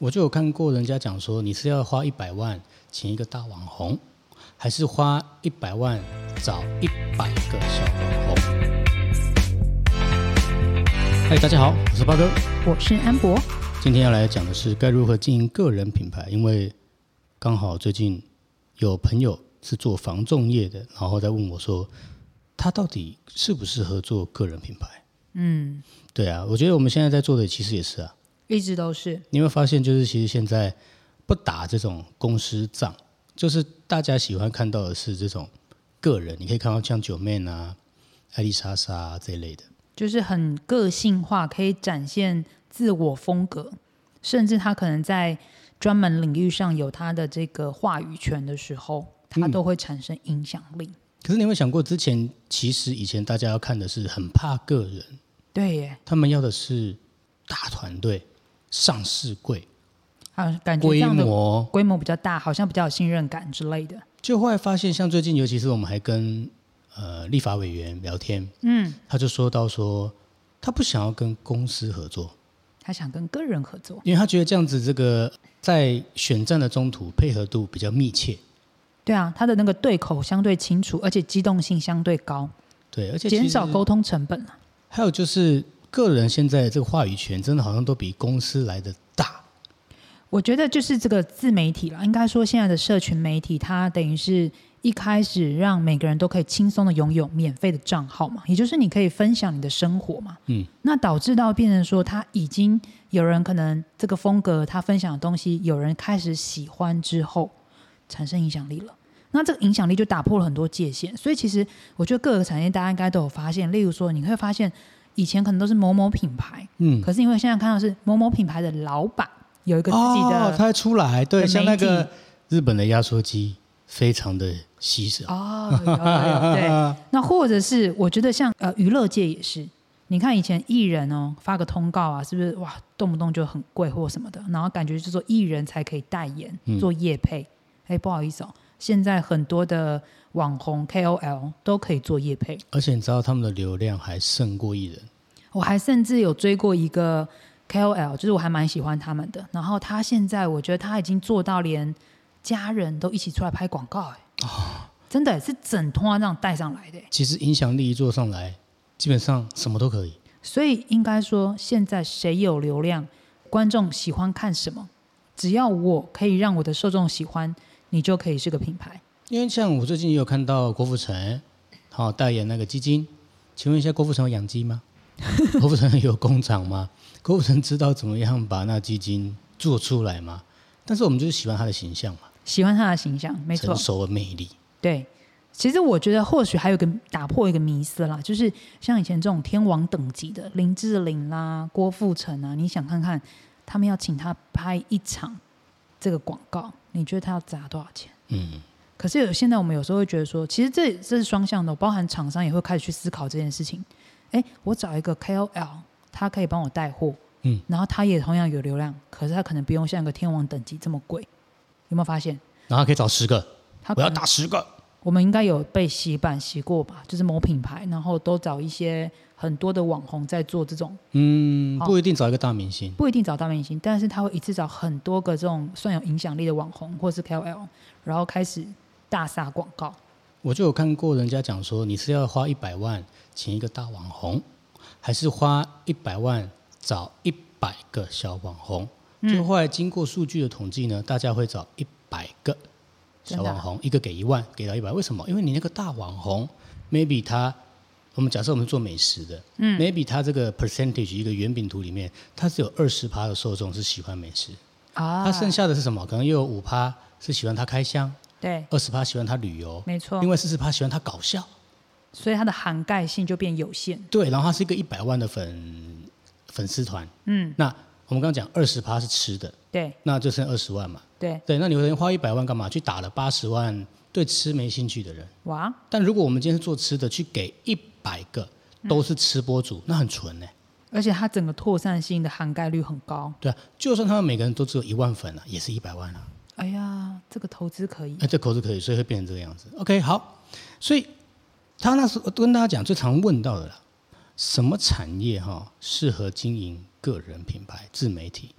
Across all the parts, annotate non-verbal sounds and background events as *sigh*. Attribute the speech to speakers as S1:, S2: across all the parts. S1: 我就有看过人家讲说，你是要花一百万请一个大网红，还是花一百万找一百个小网红？嗨，大家好，我是八哥，
S2: 我是安博。
S1: 今天要来讲的是该如何经营个人品牌，因为刚好最近有朋友是做防重业的，然后在问我说，他到底适不适合做个人品牌？
S2: 嗯，
S1: 对啊，我觉得我们现在在做的其实也是啊，
S2: 一直都是。
S1: 你会发现，就是其实现在不打这种公司仗，就是大家喜欢看到的是这种个人，你可以看到像九妹啊、艾丽莎莎、啊、这一类的。
S2: 就是很个性化，可以展现自我风格，甚至他可能在专门领域上有他的这个话语权的时候，他都会产生影响力。
S1: 可是你有没有想过，之前其实以前大家要看的是很怕个人，
S2: 对耶，
S1: 他们要的是大团队、上市柜、
S2: 啊，感觉这
S1: 规
S2: 样的
S1: 模。
S2: 规模比较大，好像比较有信任感之类的。
S1: 就后来发现，像最近，尤其是我们还跟呃立法委员聊天，
S2: 嗯，
S1: 他就说到说，他不想要跟公司合作。
S2: 他想跟个人合作，
S1: 因为他觉得这样子，这个在选战的中途配合度比较密切，
S2: 对啊，他的那个对口相对清楚，而且机动性相对高，
S1: 对，而且其实
S2: 减少沟通成本啊。
S1: 还有就是个人现在这个话语权真的好像都比公司来的大，
S2: 我觉得就是这个自媒体啦，应该说现在的社群媒体，它等于是一开始让每个人都可以轻松的拥有免费的账号嘛，也就是你可以分享你的生活嘛。
S1: 嗯，
S2: 那导致到变成说，他已经有人可能这个风格，他分享的东西，有人开始喜欢之后，产生影响力了。那这个影响力就打破了很多界限，所以其实我觉得各个产业大家应该都有发现，例如说你会发现以前可能都是某某品牌，
S1: 嗯，
S2: 可是因为现在看到是某某品牌的老板有一个自己
S1: 哦，
S2: 的
S1: 他还出来，对，
S2: 的
S1: 像那
S2: 媒体
S1: 个日本的压缩机非常的稀少，
S2: 哦，有有有对。
S1: *laughs*
S2: 那或者是我觉得像呃娱乐界也是，你看以前艺人哦发个通告啊，是不是哇动不动就很贵或什么的，然后感觉就是说艺人才可以代言
S1: 嗯
S2: 做业配，哎、不好意思哦，现在很多的网红 KOL 都可以做业配，
S1: 而且你知道他们的流量还胜过艺人，
S2: 我还甚至有追过一个 KOL，就是我还蛮喜欢他们的。然后他现在我觉得他已经做到连家人都一起出来拍广告、哎、真的、是整通啊这样带上来的、哎
S1: 其实影响力一做上来，基本上什么都可以。
S2: 所以应该说，现在谁有流量，观众喜欢看什么，只要我可以让我的受众喜欢，你就可以是个品牌。
S1: 因为像我最近也有看到郭富城，好、代言那个基金，请问一下郭富城有养鸡吗？ *laughs* 郭富城有工厂吗？郭富城知道怎么样把那基金做出来吗？但是我们就是喜欢他的形象嘛，
S2: 喜欢他的形象，没错
S1: 成，熟的魅力。
S2: 对。其实我觉得或许还有一个打破一个迷思啦，就是像以前这种天王等级的林志玲啦、郭富城啊，你想看看他们要请他拍一场这个广告，你觉得他要砸多少钱？
S1: 嗯，
S2: 可是有现在我们有时候会觉得说，其实这这是双向的，包含厂商也会开始去思考这件事情。哎，我找一个 KOL，他可以帮我带货，
S1: 嗯，
S2: 然后他也同样有流量，可是他可能不用像一个天王等级这么贵，有没有发现？
S1: 然后可以找十个，
S2: 他
S1: 我
S2: 可
S1: 要
S2: 能
S1: 打十个。
S2: 我们应该有被洗版洗过吧？就是某品牌，然后都找一些很多的网红在做这种，
S1: 嗯，
S2: 好
S1: 不一定找一个大明星。
S2: 不一定找大明星，但是他会一次找很多个这种算有影响力的网红或是 KOL，然后开始大撒广告。
S1: 我就有看过人家讲说，你是要花一百万请一个大网红，还是花一百万找一百个小网红？就后来经过数据的统计呢，大家会找一百个小网红，一个给一万，给到一百。为什么？因为你那个大网红，maybe 他，我们假设我们做美食的，嗯，maybe 他这个 percentage 一个圆饼图里面，他只有二十趴的受众是喜欢美食，
S2: 啊，
S1: 他剩下的是什么？可能又有五趴是喜欢他开箱，
S2: 对，
S1: 二十趴喜欢他旅游，
S2: 没错
S1: 另。外四十趴喜欢他搞笑。
S2: 所以它的涵盖性就变有限。
S1: 对，然后它是一个一百万的粉粉丝团。
S2: 嗯，
S1: 那我们刚刚讲二十趴是吃的，
S2: 对
S1: 那就剩二十万嘛。
S2: 对，
S1: 对，那你会花一百万干嘛？去打了八十万对吃没兴趣的人。
S2: 哇，
S1: 但如果我们今天是做吃的，去给一百个都是吃播主，那很纯呢、
S2: 而且它整个扩散性的涵盖率很高。
S1: 对啊，就算他们每个人都只有一万粉啊，也是一百万啊。
S2: 哎呀，这个投资可以。
S1: 哎，这口是可以，所以会变成这个样子。OK，好，所以他那时候跟大家讲最常问到的啦，什么产业哈、适合经营个人品牌自媒体？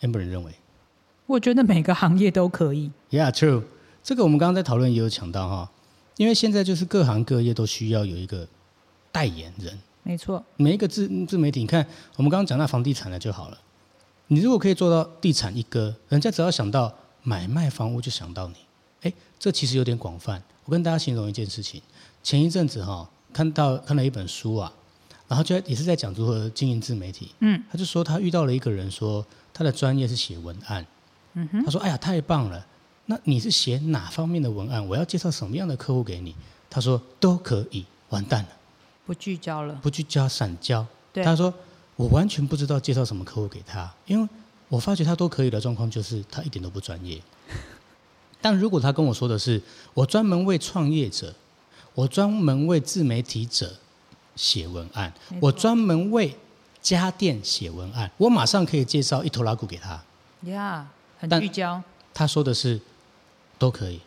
S1: 哎， Amber 你认为
S2: 我觉得每个行业都可以。
S1: ？Yeah，true。这个我们刚刚在讨论也有讲到哈，因为现在就是各行各业都需要有一个代言人。
S2: 没错，
S1: 每一个自自媒体，你看我们刚刚讲到房地产了就好了。你如果可以做到地产一哥，人家只要想到买卖房屋就想到你。哎，这其实有点广泛。我跟大家形容一件事情，前一阵子哈、看到看了一本书啊，然后就在也是在讲如何经营自媒体。
S2: 嗯，
S1: 他就说他遇到了一个人说他的专业是写文案。嗯哼，他说哎呀太棒了，那你是写哪方面的文案？我要介绍什么样的客户给你？他说都可以。完蛋了。
S2: 不聚焦了。
S1: 不去教散教。
S2: 对
S1: 他说我完全不知道介绍什么客户给他，因为我发觉他都可以的状况就是他一点都不专
S2: *laughs*
S1: 业。但如果他跟我说的是我专门为创业者，我专门为自媒体者写文案
S2: 没，错
S1: 我专门为家电写文案，我马上可以介绍一头拉骨给他。
S2: 呀、很
S1: 但
S2: 聚焦。
S1: 他说的是都可以，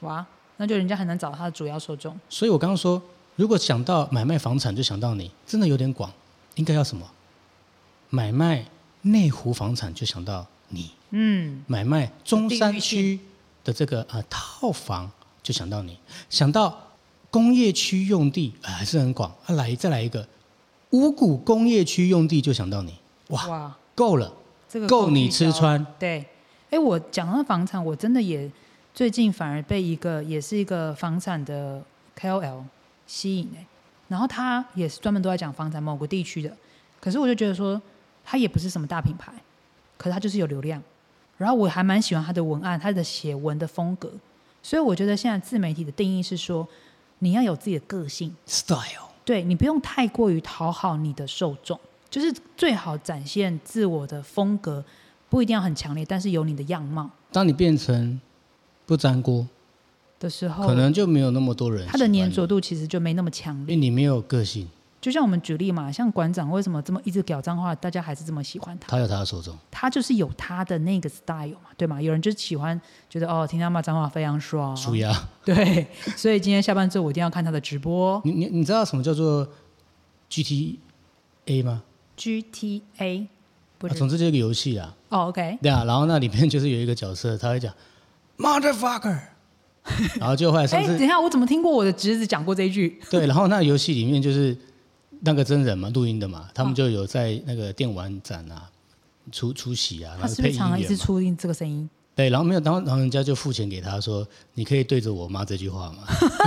S2: 哇，那就人家很难找他的主要受众。
S1: 所以我刚刚说，如果想到买卖房产，就想到你，真的有点广，应该要什么？买卖内湖房产就想到你，
S2: 嗯，
S1: 买卖中山区的这个呃套房就想到你，想到工业区用地、呃、还是很广啊，来再来一个五股工业区用地就想到你，哇，
S2: 哇，
S1: 够了，
S2: 这个
S1: 够你
S2: 聚焦
S1: 吃穿，
S2: 哦对，哎，我讲到房产，我真的也最近反而被一个也是一个房产的 KOL 吸引哎，然后他也是专门都在讲房产某个地区的，可是我就觉得说他也不是什么大品牌，可是他就是有流量，然后我还蛮喜欢他的文案，他的写文的风格，所以我觉得现在自媒体的定义是说你要有自己的个性，
S1: style。
S2: 对你不用太过于讨好你的受众，就是最好展现自我的风格，不一定要很强烈，但是有你的样貌
S1: 当你变成不粘锅，
S2: 的时候，
S1: 可能就没有那么多人喜欢你。
S2: 哦它的粘着度其实就没那么强
S1: 因
S2: 烈。
S1: 为你没有个性，
S2: 就像我们举例嘛，像馆长为什么这么一直屌脏话，大家还是这么喜欢他？
S1: 他有他的受众。
S2: 他就是有他的那个 style 嘛，对吗？有人就喜欢觉得哦，听他骂脏话非常爽，
S1: 舒压。
S2: 对， *laughs* 所以今天下班之后我一定要看他的直播
S1: 你你你知道什么叫做 GTA 吗？
S2: GTA，不
S1: 啊、
S2: 是、
S1: 总之就是一个游戏啊，
S2: 哦，OK，
S1: 对啊。然后那里面就是有一个角色，他会讲
S2: *laughs*
S1: motherfucker，然后就后来啊上
S2: 哎，
S1: 次
S2: 等一下，我怎么听过我的侄子讲过这一句？
S1: *laughs* 对，然后那游戏里面就是那个真人嘛，录音的嘛，
S2: 哦
S1: 他们就有在那个电玩展啊出出席啊，
S2: 他
S1: 然后
S2: 是不
S1: 配
S2: 是
S1: 音
S2: 常常一直
S1: 员嘛。
S2: 出印这个声音？
S1: 对，然后没有，然后然后人家就付钱给他说，你可以对着我骂这句话嘛。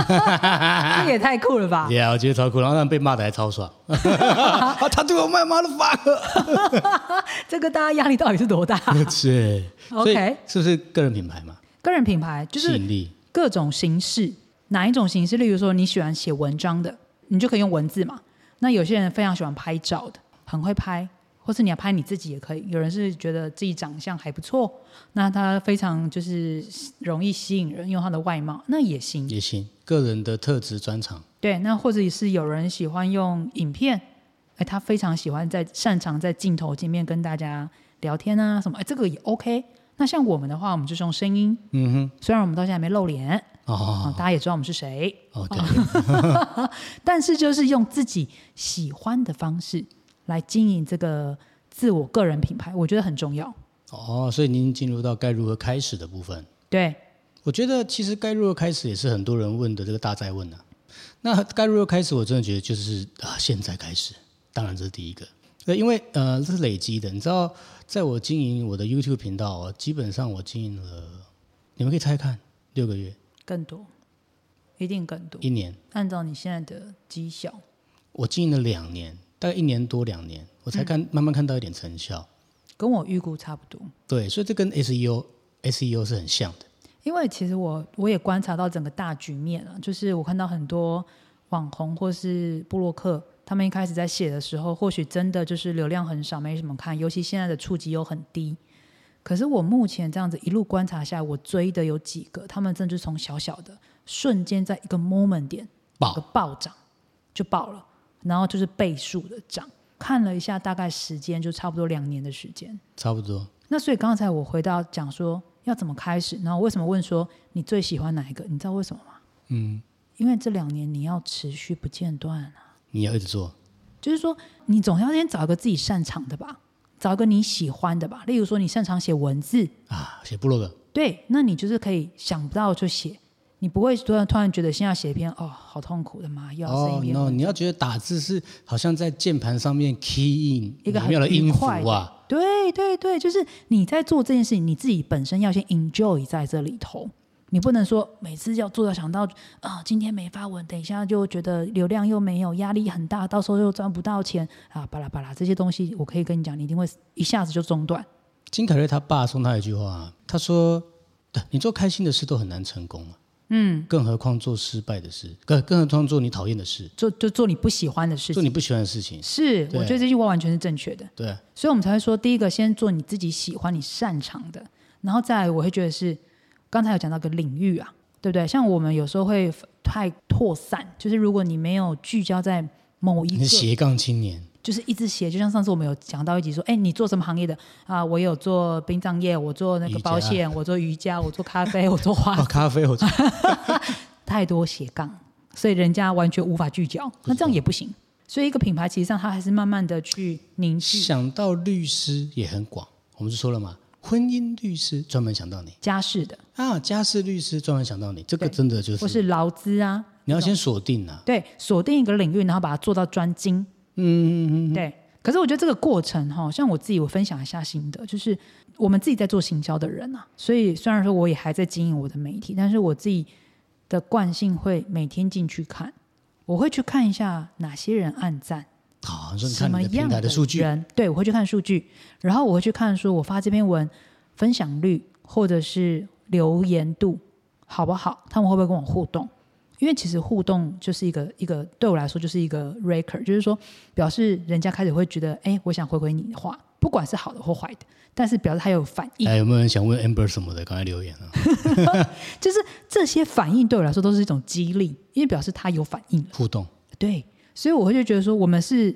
S1: 啊
S2: 这也太酷了吧！
S1: 对啊，我觉得超酷，然后他被骂的还超
S2: *laughs*
S1: 爽，他对我骂 motherfucker。
S2: 这个大家压力到底
S1: *laughs*
S2: 是多大？ *laughs*
S1: 是
S2: OK
S1: 所以是不是个人品牌嘛？
S2: 个人品牌就
S1: 吸
S2: 是
S1: 引力
S2: 各种形式，哪一种形式？例如说你喜欢写文章的，你就可以用文字嘛。那有些人非常喜欢拍照的，很会拍，或是你要拍你自己也可以。有人是觉得自己长相还不错，那他非常就是容易吸引人，用他的外貌那也行。
S1: 也行，个人的特质专长，
S2: 对，那或者是有人喜欢用影片，哎，他非常喜欢在擅长在镜头前面跟大家聊天啊什么，哎，这个也 OK。那像我们的话，我们就是用声音，
S1: 嗯
S2: 虽然我们到现在还没露脸啊、
S1: 哼，哦
S2: 大家也知道我们是谁，
S1: 哦对，
S2: 但是就是用自己喜欢的方式来经营这个自我个人品牌，我觉得很重要。
S1: 哦，所以您进入到该如何开始的部分，
S2: 对，
S1: 我觉得其实该如何开始也是很多人问的这个大在问啊。那该如何开始？我真的觉得就是啊，现在开始，当然这是第一个。对，因为呃，这是累积的。你知道，在我经营我的 YouTube 频道哦，基本上我经营了，你们可以猜看，六个月、
S2: 更多，一定更多。
S1: 一年，
S2: 按照你现在的绩效，
S1: 我经营了两年，大概一年多两年，我才
S2: 嗯
S1: 看、慢慢看到一点成效。
S2: 跟我预估差不多。
S1: 对，所以这跟 E SEO SEO 是很像的。
S2: 因为其实我我也观察到整个大局面啊，就是我看到很多网红或是布洛克，他们一开始在写的时候，或许真的就是流量很少，没什么看，尤其现在的触及又很低。可是我目前这样子一路观察下来，我追的有几个，他们真的就是从小小的瞬间，在一个 moment 点，
S1: 爆
S2: 一个暴涨就爆了，然后就是倍数的涨。看了一下，大概时间就差不多两年的时间。
S1: 差不多，
S2: 那所以刚才我回到讲说要怎么开始，然后为什么问说你最喜欢哪一个？你知道为什么吗？
S1: 嗯，
S2: 因为这两年你要持续不间断啊，
S1: 你要一直做，
S2: 就是说你总要先找一个自己擅长的吧，找一个你喜欢的吧。例如说，你擅长写文字，
S1: 啊，写部落格，
S2: 对，那你就是可以想不到就写，你不会突然突然觉得现在写一篇哦，好痛苦的妈，又要生一
S1: 哦
S2: 篇文
S1: ，no，你要觉得打字是好像在键盘上面 key in
S2: 一
S1: 美
S2: 个很
S1: 妙的音
S2: 愉
S1: 符
S2: 快的
S1: 啊，
S2: 对对对，就是你在做这件事情，你自己本身要先 enjoy 在这里头，你不能说每次要做到想到啊、今天没发文，等一下就觉得流量又没有，压力很大，到时候又赚不到钱啊，巴拉巴拉这些东西，我可以跟你讲，你一定会一下子就中断。
S1: 金凯瑞他爸送他一句话，他说：“你做开心的事都很难成功啊，嗯，更何况做失败的事，更更何况做你讨厌的事，
S2: 做就做你不喜欢的事
S1: 做
S2: 情。
S1: 你不喜欢的事情。
S2: 是，
S1: 对
S2: 我觉得这句话完全是正确的，”
S1: 对啊，
S2: 所以我们才会说，第一个先做你自己喜欢、你擅长的，然后再来我会觉得是刚才有讲到个领域啊，对不对？像我们有时候会太拓散，就是如果你没有聚焦在某一
S1: 你
S2: 个
S1: 是斜杠青年，
S2: 就是一直写，就像上次我们有讲到一集说，哎，你做什么行业的啊？我有做殡葬业，我做那
S1: 瑜
S2: 个
S1: 伽
S2: 保险，我做瑜伽，我做咖啡， *laughs* 我做花
S1: 哦，咖啡我知道
S2: 太多斜杠，所以人家完全无法聚焦，那这样也不行。所以一个品牌其实上它还是慢慢的去凝聚
S1: 想到律师也很广，我们就说了嘛，婚姻律师专门想到你
S2: 家事的，
S1: 啊，家事律师专门想到你，这个
S2: 对
S1: 真的就
S2: 或
S1: 是
S2: 是劳资啊，
S1: 你要先锁定啊，
S2: 对，锁定一个领域，然后把它做到专精，
S1: 嗯，
S2: 对。可是我觉得这个过程哈，像我自己，我分享一下心得，就是我们自己在做行销的人啊，所以虽然说我也还在经营我的媒体，但是我自己的惯性会每天进去看，我会去看一下哪些人按赞。
S1: 好，你说你
S2: 什
S1: 看
S2: 么
S1: 你的平
S2: 样
S1: 台的数据，
S2: 人对，我会去看数据，然后我会去看说我发这篇文分享率或者是留言度好不好，他们会不会跟我互动？因为其实互动就是一个一个对我来说就是一个 raker，就是说表示人家开始会觉得，哎，我想回回你的话，不管是好的或坏的，但是表示他有反应，
S1: 哎，有没有人想问 Amber 什么的？赶快留 *laughs* 言啊！
S2: 就是这些反应对我来说都是一种激励，因为表示他有反应了。
S1: 互动，
S2: 对，所以我会就觉得说，我们是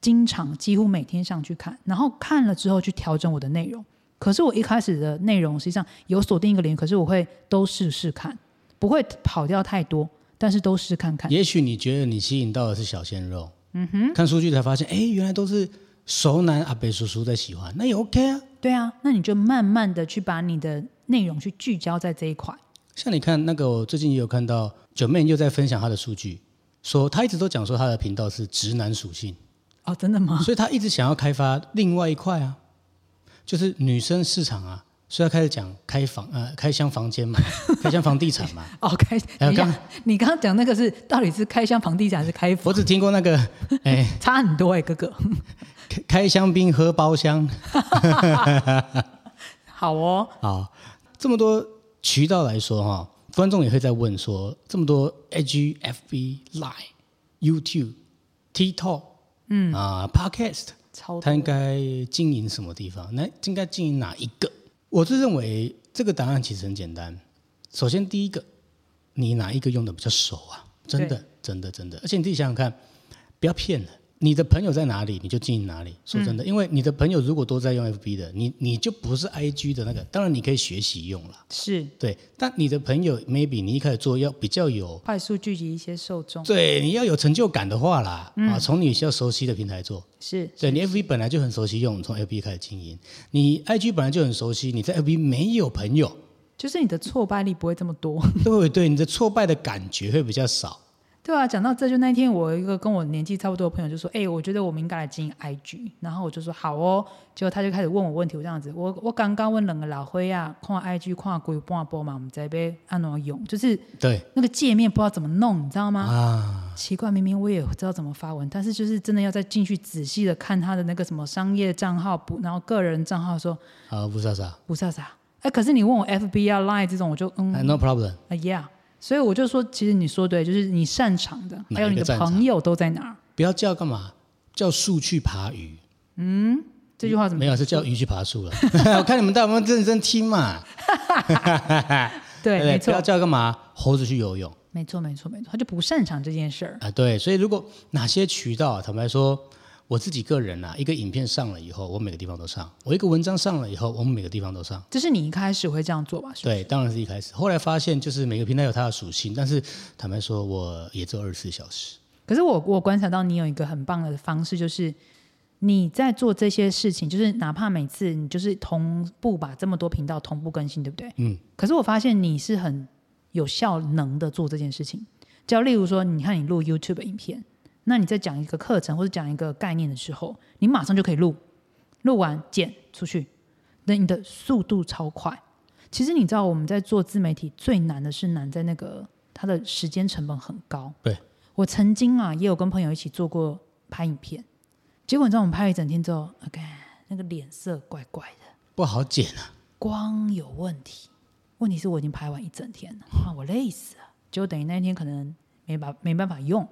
S2: 经常几乎每天上去看，然后看了之后去调整我的内容。可是我一开始的内容实际上有锁定一个领域，可是我会都试试看，不会跑掉太多，但是都试看看。
S1: 也许你觉得你吸引到的是小鲜肉，嗯哼，看数据才发现，哎，原来都是熟男阿伯叔叔在喜欢，那也 OK 啊。
S2: 对啊，那你就慢慢的去把你的内容去聚焦在这一块。
S1: 像你看那个，我最近也有看到九妹又在分享她的数据，说她一直都讲说她的频道是直男属性，
S2: 哦，真的吗？
S1: 所以她一直想要开发另外一块啊，就是女生市场啊，所以她开始讲开房呃开箱房间嘛， *laughs* 开箱房地产嘛。
S2: 哦，开，
S1: 哎
S2: 等一下
S1: 刚
S2: 你刚刚讲那个是到底是开箱房地产还是开
S1: 我只听过那个 *laughs* 哎
S2: 差很多哎、哥哥。 *laughs*
S1: 开开香槟喝包厢，
S2: 好哦，
S1: 好，啊这么多渠道来说哈，观众也会在问说，这么多 IG、FB、Line、YouTube、TikTok，嗯啊、Podcast，
S2: 超
S1: 他应该经营什么地方？那应该经营哪一个？我是认为这个答案其实很简单。首先第一个，你哪一个用的比较熟啊？真的，真的，真的。而且你自己想想看，不要骗了。你的朋友在哪里，你就经营哪里。说真的，因为你的朋友如果都在用 FB 的，你你就不是 IG 的那个。当然你可以学习用啦，
S2: 是
S1: 对。但你的朋友 maybe 你一开始做要比较有
S2: 快速聚集一些受众，
S1: 对，你要有成就感的话啦，啊，从你需要熟悉的平台做。
S2: 是
S1: 对你 FB 本来就很熟悉用，你从 FB 开始经营。你 IG 本来就很熟悉，你在 FB 没有朋友， *laughs*
S2: 就是你的挫败力不会这么多， *laughs*
S1: 对不对？你的挫败的感觉会比较少。
S2: 对啊，讲到这，就那天我有一个跟我年纪差不多的朋友就说：“哎、我觉得我们应该来经营 IG。”然后我就说：“好哦。”结果他就开始问我问题，我这样子，我我刚刚问两个老灰啊，看 IG 看鬼半波嘛，我们在被按怎用，就是
S1: 对
S2: 那个界面不知道怎么弄，你知道吗？
S1: 啊，
S2: 奇怪，明明我也知道怎么发文，但是就是真的要再进去仔细的看他的那个什么商业账号不，然后个人账号说
S1: 啊，不是啥、
S2: 不知道啥。哎、可是你问我 FB 啊、Line 这种，我就嗯，
S1: 啊 n o problem。
S2: 啊，Yeah，所以我就说，其实你说对，就是你擅长的，
S1: 哪
S2: 还有
S1: 一
S2: 你
S1: 个
S2: 的
S1: 擅长
S2: 朋友都在哪儿。
S1: 不要叫干嘛？叫树去爬鱼，
S2: 这句话怎么
S1: 没有是叫鱼去爬树
S2: *laughs*
S1: 了。我看你们大家有没有认真听嘛？
S2: 对？
S1: 不对
S2: 没
S1: 不要
S2: 错，
S1: 叫干嘛？猴子去游泳。
S2: 没错，没错，没错，他就不擅长这件事儿。
S1: 啊，对，所以如果哪些渠道啊，坦白说，我自己个人啊，一个影片上了以后，我每个地方都上；我一个文章上了以后，我们每个地方都上。
S2: 这是你一开始会这样做吧？是吧
S1: 对，当然是一开始，后来发现就是每个平台有它的属性，但是坦白说，我也只有二十四小时。
S2: 可是我我观察到你有一个很棒的方式，就是你在做这些事情，就是哪怕每次你就是同步把这么多频道同步更新，对不对？
S1: 嗯。
S2: 可是我发现你是很有效能的做这件事情。就例如说，你看你录 YouTube 影片，那你在讲一个课程或者讲一个概念的时候，你马上就可以录，录完剪出去，那你的速度超快。其实你知道我们在做自媒体最难的是难在那个它的时间成本很高。
S1: 对，
S2: 我曾经啊也有跟朋友一起做过拍影片，结果你知道我们拍了一整天之后，OK，那个脸色怪怪的。
S1: 不好剪啊。
S2: 光有问题。问题是我已经拍完一整天了，啊，我累死了，就等于那一天可能没把没办法用，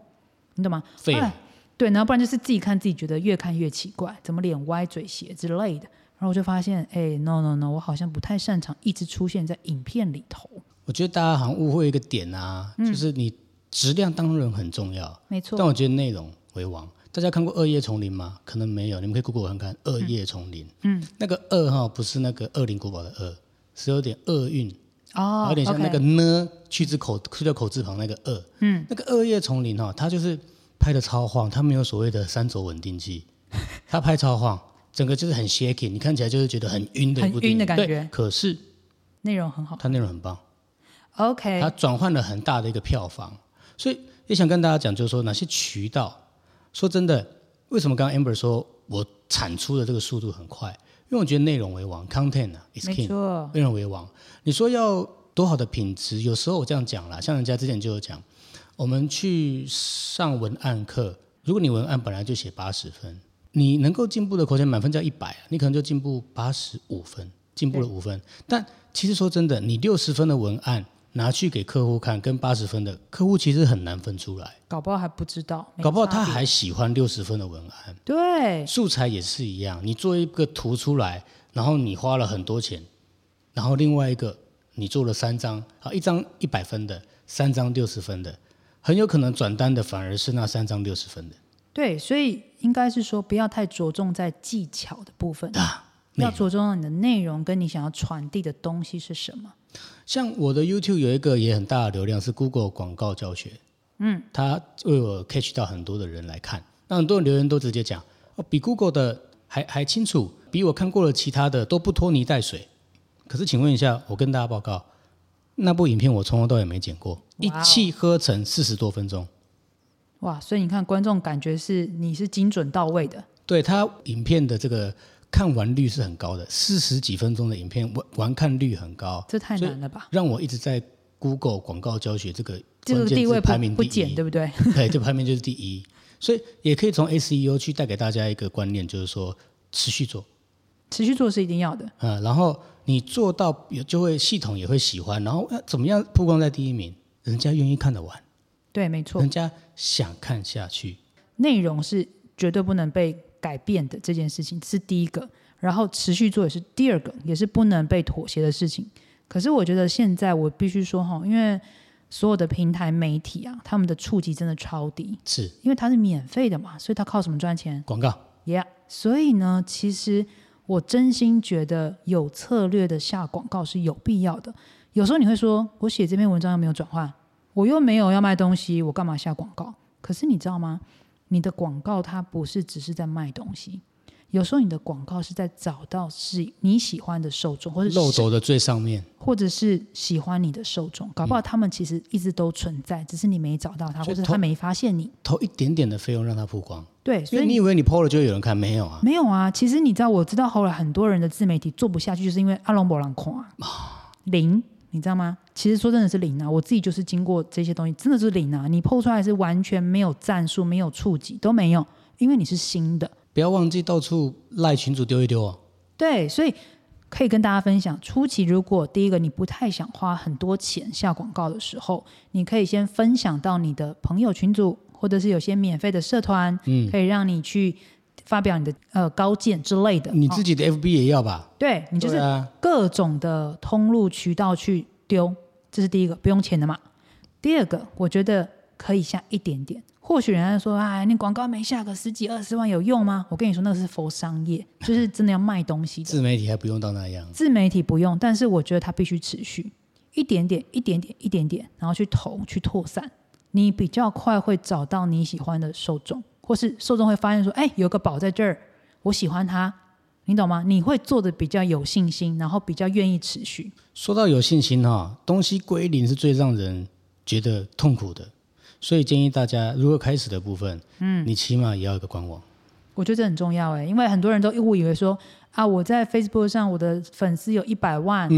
S2: 你懂吗？
S1: 废了
S2: 后来对，然后不然就是自己看自己觉得越看越奇怪，怎么脸歪嘴斜之类的。然后我就发现，哎，no no no，我好像不太擅长一直出现在影片里头。
S1: 我觉得大家好像误会一个点啊，就是你质量当然很重要，
S2: 嗯没
S1: 但
S2: 错，
S1: 我觉得内容为王。大家看过《恶夜丛林》吗？可能没有，你们可以 Google 看看《恶夜丛林》。嗯，那个“恶”哈，不是那个恶灵古堡的“恶”，是有点厄运，
S2: 哦，
S1: 有点像
S2: OK
S1: 那个呢，去字口去掉口字旁那个恶。
S2: 嗯，
S1: 那个恶夜丛林哈，它就是拍的超晃，它没有所谓的三轴稳定器，它拍超晃，整个就是很 shaking，你看起来就是觉得很晕的一部
S2: 很
S1: 电
S2: 晕
S1: 影
S2: 的感觉哦
S1: 对可是
S2: 内容很好。
S1: 它内容很棒，
S2: OK，
S1: 它转换了很大的一个票房，所以也想跟大家讲，就是说哪些渠道。说真的，为什么刚刚 Amber 说我产出的这个速度很快？因为我觉得内容为王，content 啊 is
S2: 没
S1: king。
S2: 错，
S1: 内容为王。你说要多好的品质？有时候我这样讲啦，像人家之前就有讲，我们去上文案课，如果你文案本来就写八十分，你能够进步的口才满分叫一百，啊你可能就进步八十五分，进步了五分。但其实说真的，你六十分的文案拿去给客户看，跟八十分的客户其实很难分出来，
S2: 搞不好还不知道，没
S1: 搞不好
S2: 差
S1: 他
S2: 别
S1: 还喜欢六十分的文案。
S2: 对
S1: 素材也是一样，你做一个图出来，然后你花了很多钱，然后另外一个你做了三张，啊，一张一百分的，三张六十分的，很有可能转单的反而是那三张六十分的。
S2: 对，所以应该是说不要太着重在技巧的部分，
S1: 啊内
S2: 要着重到你的内容跟你想要传递的东西是什么。
S1: 像我的 YouTube 有一个也很大的流量是 Google 广告教学，嗯，它为我 catch 到很多的人来看，那很多人留言都直接讲，哦，比 Google 的还还清楚，比我看过的其他的都不拖泥带水。可是，请问一下，我跟大家报告，那部影片我从头到尾没剪过，一
S2: 哇哦
S1: 气呵成四十多分钟。
S2: 哇，所以你看，观众感觉是你是精准到位的，
S1: 对它影片的这个看完率是很高的，四十几分钟的影片完完看率很高，
S2: 这太
S1: 哦所以
S2: 难了吧？
S1: 让我一直在 Google 广告教学这个
S2: 这个
S1: 关键
S2: 地
S1: 字
S2: 位不
S1: 排名
S2: 不
S1: 第一。
S2: 减，对不对？
S1: *laughs* 对，这排名就是第一，所以也可以从 SEO 去带给大家一个观念，就是说持续做
S2: 持续做是一定要的，
S1: 啊、然后你做到也就会系统也会喜欢，然后、呃、怎么样曝光在第一名，人家愿意看得完，
S2: 对，没错
S1: 人，家想看下去，
S2: 内容是绝对不能被改变的这件事情是第一个，然后持续做也是第二个，也是不能被妥协的事情。可是我觉得现在我必须说哈，因为所有的平台媒体啊，他们的触及真的超低，
S1: 是
S2: 因为它是免费的嘛，所以它靠什么赚钱？
S1: 广告。
S2: Yeah，所以呢，其实我真心觉得有策略的下广告是有必要的。有时候你会说，我写这篇文章又没有转换，我又没有要卖东西，我干嘛下广告？可是你知道吗？你的广告它不是只是在卖东西，有时候你的广告是在找到是你喜欢的受众，或者
S1: 漏
S2: 是
S1: 斗的最上面，
S2: 或者是喜欢你的受众，搞不好他们其实一直都存在，只是你没找到他，
S1: 嗯所
S2: 或
S1: 以
S2: 者
S1: 投
S2: 他没发现你。
S1: 投一点点的费用让它曝光，
S2: 对，
S1: 因
S2: 所以
S1: 为你以为你 PO 了就会有人看，没有啊，
S2: 没有啊，其实你知道，我知道后来很多人的自媒体做不下去，就是因为阿龙博朗控啊，
S1: 哦
S2: 零，你知道吗？其实说真的是零啊，我自己就是经过这些东西，真的是零啊。你剖出来是完全没有战术，没有触及，都没有，因为你是新的。
S1: 不要忘记到处赖群主丢一丢哦。
S2: 对，所以可以跟大家分享，初期如果第一个你不太想花很多钱下广告的时候，你可以先分享到你的朋友群组，或者是有些免费的社团，
S1: 嗯，
S2: 可以让你去发表你的呃高见之类的。
S1: 你
S2: 哦
S1: 自己的 FB 也要吧？
S2: 对你就是
S1: 对啊，
S2: 各种的通路渠道去丢，这是第一个，不用钱的嘛。第二个，我觉得可以下一点点。或许人家说，哎，你广告没下个十几二十万有用吗？我跟你说，那个是佛商业，就是真的要卖东西的。
S1: 自媒体还不用到那样，
S2: 自媒体不用，但是我觉得它必须持续，一点点、一点点、一点点，然后去投、去扩散，你比较快会找到你喜欢的受众，或是受众会发现说，哎，有个宝在这儿，我喜欢他，你懂吗？你会做的比较有信心，然后比较愿意持续。
S1: 说到有信心哈、东西归零是最让人觉得痛苦的，所以建议大家如何开始的部分，嗯，你起码也要有个官网。
S2: 我觉得这很重要哎，因为很多人都误以为说啊，我在 Facebook 上我的粉丝有一百万，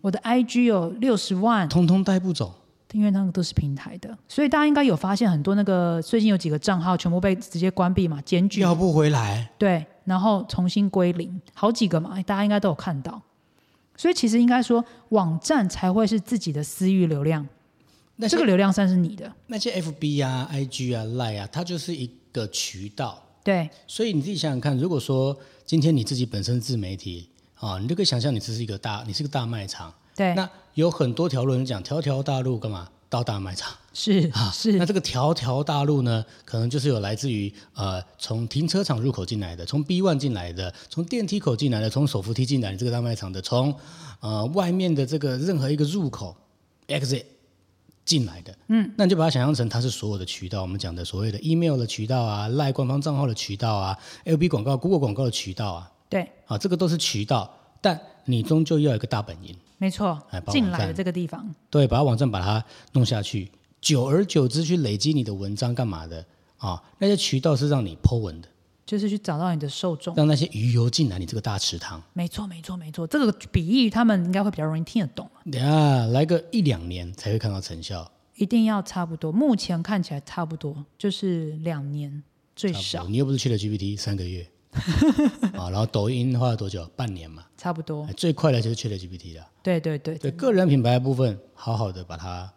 S2: 我的 IG 有六十万，
S1: 通通带不走。
S2: 因为那个都是平台的，所以大家应该有发现很多那个最近有几个账号全部被直接关闭嘛，检举
S1: 要不回来，
S2: 对，然后重新归零，好几个嘛，哎大家应该都有看到。所以其实应该说，网站才会是自己的私域流量，
S1: 那
S2: 这
S1: 些
S2: 个流量算是你的，
S1: 那些 FB 啊、IG 啊、Line 啊，它就是一个渠道。
S2: 对
S1: 所以你自己想想看，如果说今天你自己本身自媒体啊，你就可以想象你这是一个大，你是个大卖场。
S2: 对，
S1: 那有很多条路，你讲条条大路干嘛？到大卖场
S2: 是
S1: 啊，
S2: 是
S1: 那这个条条大路呢，可能就是有来自于呃，从停车场入口进来的，从 B one 进来的，从电梯口进来的，从手扶梯进来的这个大卖场的，从呃外面的这个任何一个入口 exit 进来的，嗯，那你就把它想象成它是所有的渠道，我们讲的所谓的 email 的渠道啊，赖官方账号的渠道啊，LB 广告、Google 广告的渠道啊，
S2: 对，
S1: 啊，这个都是渠道，但你终究要有一个大本营。
S2: 没错
S1: 哎，帮
S2: 进
S1: 网
S2: 来
S1: 站
S2: 的这个地方，
S1: 对，把网站把它弄下去，久而久之去累积你的文章干嘛的啊？那些渠道是让你 Po 文的，
S2: 就是去找到你的受众，
S1: 让那些鱼游进来你这个大池塘。
S2: 没错没错没错，这个比喻他们应该会比较容易听得懂，
S1: 等一下来个一两年才会看到成效，
S2: 一定要差不多，目前看起来差不多就是两年最
S1: 差不
S2: 少，
S1: 多。你又不是去了 GPT 三个月
S2: *laughs*
S1: 啊，然后抖音花了多久？半年嘛，哎
S2: 差不多，
S1: 最快的就是去了 GPT 了。
S2: 对对哦对，
S1: 对个人品牌的部分，好好的把它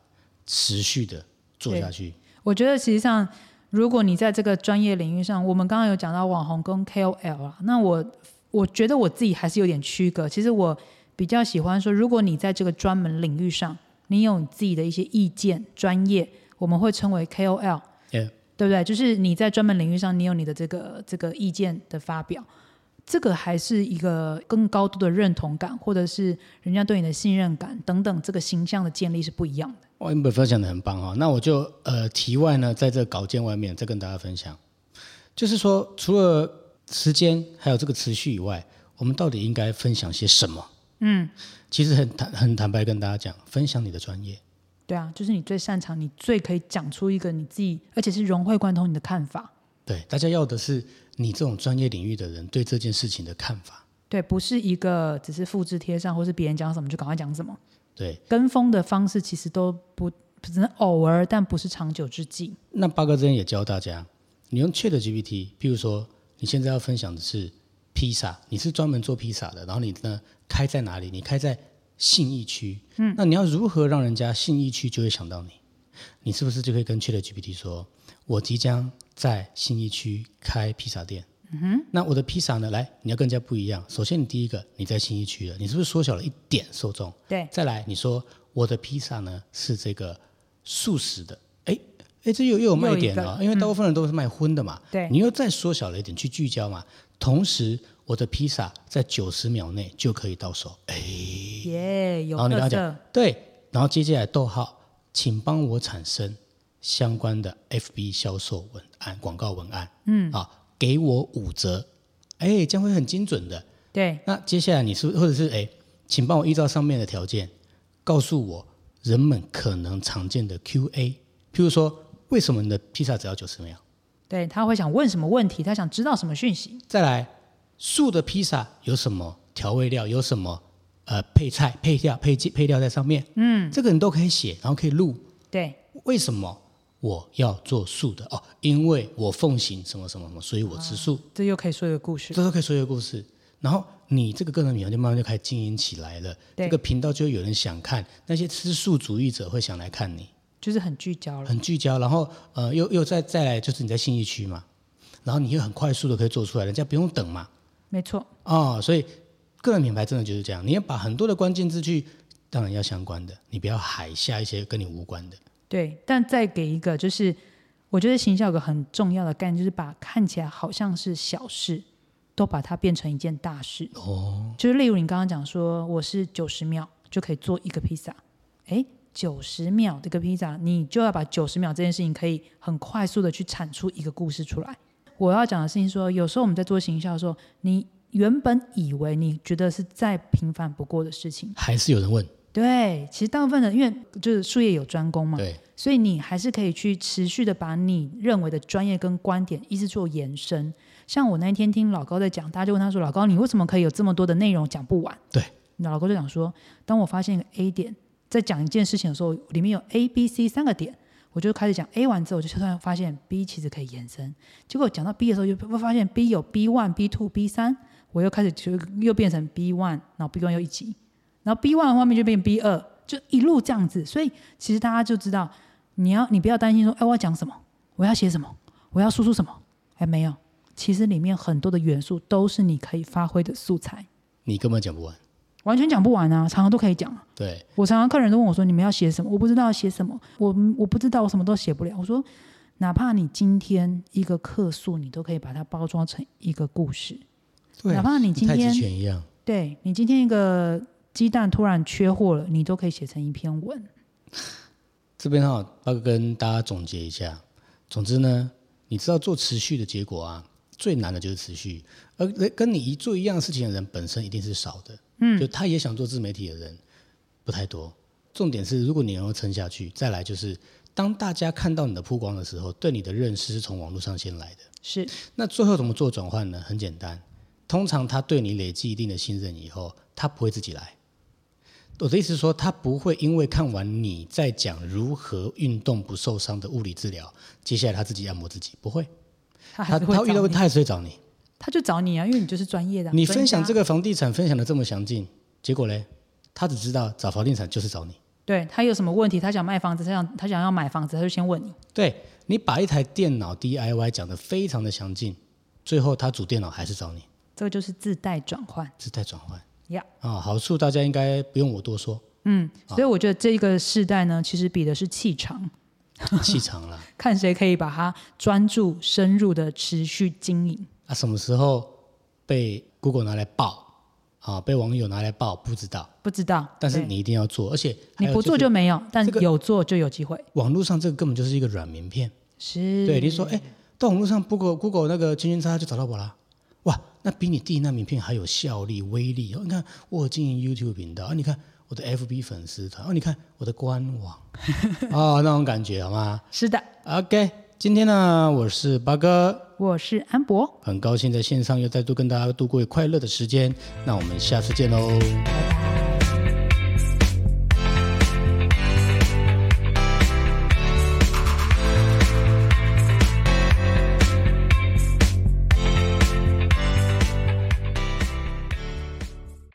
S1: 持续的做下去。
S2: 我觉得实际上，如果你在这个专业领域上，我们刚刚有讲到网红跟 KOL 啊，那我我觉得我自己还是有点区隔。其实我比较喜欢说，如果你在这个专门领域上，你有你自己的一些意见、专业，我们会称为 KOL，
S1: 哎，
S2: 对不对？就是你在专门领域上，你有你的这个这个意见的发表。这个还是一个更高度的认同感，或者是人家对你的信任感等等，这个形象的建立是不一样的。
S1: 哇，你们分享的很棒哈、哦。那我就呃题外呢，在这稿件外面再跟大家分享，就是说除了时间还有这个持续以外，我们到底应该分享些什么？嗯，其实很坦很坦白跟大家讲，分享你的专业，
S2: 对啊，就是你最擅长，你最可以讲出一个你自己，而且是融会贯通你的看法。
S1: 对，大家要的是你这种专业领域的人对这件事情的看法，
S2: 对，不是一个只是复制贴上，或是别人讲什么就赶快讲什么，
S1: 对。
S2: 跟风的方式其实都不只能偶尔，但不是长久之计。
S1: 那八哥之前也教大家，你用 Chat GPT，譬如说你现在要分享的是披萨，你是专门做披萨的，然后你呢开在哪里？你开在信义区，嗯，那你要如何让人家信义区就会想到你？你是不是就可以跟 Chat GPT 说，我即将在信义区开披萨店？嗯哼，那我的披萨呢？来，你要跟人家不一样。首先，你第一个你在信义区了，你是不是缩小了一点受众？
S2: 对，
S1: 再来，你说我的披萨呢是这个素食的，哎哎，这又又有卖点了，因为大部分人都是卖荤的嘛。
S2: 嗯对
S1: 你又再缩小了一点去聚焦嘛。同时，我的披萨在九十秒内就可以到手，哎，
S2: 耶、有
S1: 然后你跟他
S2: 特
S1: 讲
S2: 色，
S1: 对，然后接下来逗号，请帮我产生相关的 FB 销售文案、广告文案，嗯，啊，给我五折，哎，将会很精准的。
S2: 对
S1: 那接下来你是或者是哎，请帮我依照上面的条件，告诉我人们可能常见的 Q&A，譬如说为什么你的披萨只要九十秒？
S2: 对，他会想问什么问题，他想知道什么讯息，
S1: 再来，素的披萨有什么调味料？有什么呃配菜、配料、配剂配料在上面？嗯，这个你都可以写，然后可以录。
S2: 对
S1: 为什么我要做素的？哦，因为我奉行什么什么什么，所以我吃素。
S2: 这又可以说一个故事。
S1: 这都可以说一个故事。然后你这个个人品牌就慢慢就开始经营起来了，
S2: 对
S1: 这个频道就会有人想看，那些吃素主义者会想来看你，
S2: 就是很聚焦了，
S1: 很聚焦。然后呃，又又再再来就是你在信义区嘛，然后你又很快速的可以做出来，人家不用等嘛，
S2: 没错，
S1: 哦，所以个人品牌真的就是这样，你要把很多的关键字去，当然要相关的，你不要海下一些跟你无关的。
S2: 对。但再给一个，就是我觉得行销有个很重要的概念，就是把看起来好像是小事，都把它变成一件大事。
S1: 哦，
S2: 就是例如你刚刚讲说，我是九十秒就可以做一个披萨，诶，九十秒这个披萨，你就要把九十秒这件事情可以很快速的去产出一个故事出来。我要讲的事情说，有时候我们在做行销的时候，你原本以为你觉得是再平凡不过的事情，
S1: 还是有人问，
S2: 对，其实大部分人因为就是术业有专攻嘛，
S1: 对，
S2: 所以你还是可以去持续的把你认为的专业跟观点一直做延伸。像我那一天听老高在讲，大家就问他说：“老高，你为什么可以有这么多的内容讲不完？”
S1: 对，
S2: 老高就讲说：“当我发现一个 A 点在讲一件事情的时候，里面有 A、B、C 三个点，我就开始讲 A 完之后，我就突然发现 B 其实可以延伸。结果讲到 B 的时候，就会发现 B 有 B one、B two、B 三，我又开始就又变成 B one，然后 B one 又一级，然后 B one 的画面就变 B 二，就一路这样子。所以其实大家就知道。”你要你不要担心说，哎，我要讲什么，我要写什么，我要输出什么，哎，没有，其实里面很多的元素都是你可以发挥的素材，
S1: 你根本讲不完，
S2: 完全讲不完啊，常常都可以讲啊。
S1: 对，
S2: 我常常客人都问我说，你们要写什么？我不知道要写什么，我我不知道，我什么都写不了。我说，哪怕你今天一个客诉，你都可以把它包装成一个故事。
S1: 对
S2: 哪怕你今
S1: 太极
S2: 天
S1: 拳一样，
S2: 对你今天一个鸡蛋突然缺货了，你都可以写成一篇文。
S1: 这边哈、要跟大家总结一下。总之呢，你知道做持续的结果啊，最难的就是持续。而跟你一做一样的事情的人，本身一定是少的。嗯，就他也想做自媒体的人不太多。重点是，如果你能够撑下去，再来就是，当大家看到你的曝光的时候，对你的认识是从网络上先来的。
S2: 是
S1: 那最后怎么做转换呢？很简单，通常他对你累积一定的信任以后，他不会自己来。我的意思是说，他不会因为看完你在讲如何运动不受伤的物理治疗，接下来他自己按摩自己，不会。
S2: 他还
S1: 他
S2: 是会
S1: 他遇
S2: 找
S1: 到
S2: 你
S1: 他还是会找你。
S2: 他就找你啊，因为你就是专业的啊、
S1: 你
S2: 专
S1: 分享
S2: 家
S1: 这个房地产分享的这么详尽，结果嘞，他只知道找房地产就是找你。
S2: 对他有什么问题，他想卖房子，他想他想要买房子，他就先问你。
S1: 对你把一台电脑 DIY 讲得非常的详尽，最后他主电脑还是找你，
S2: 这个就是自带转换
S1: 自带转换。
S2: 呀。
S1: 啊、好处大家应该不用我多说，
S2: 嗯，
S1: 啊
S2: 所以我觉得这个世代呢，其实比的是气场，
S1: *laughs* 气场啦。
S2: 看谁可以把它专注、深入的持续经营。
S1: 啊，什么时候被 Google 拿来爆啊？被网友拿来爆不知道，
S2: 不知道，
S1: 但是
S2: 对
S1: 你一定要做，而且还
S2: 你
S1: 有
S2: 不做
S1: 就是
S2: 就没有，但
S1: 这个
S2: 有做就有机会。
S1: 网络上这个根本就是一个软棉片。
S2: 是，
S1: 对，你说哎，到网络上 Google Google 那个圈圈叉叉就找到我啦。哇，那比你递那名片还有效力、威力。哦、你看，我有经营 YouTube 频道，啊，你看我的 FB 粉丝团，哦、啊，你看我的官网，
S2: *laughs*
S1: 啊、那种感觉好吗
S2: 是的，
S1: ？OK，今天呢，我是八哥，
S2: 我是安博，
S1: 很高兴在线上又再度跟大家度过快乐的时间，那我们下次见喽。
S2: 拜拜。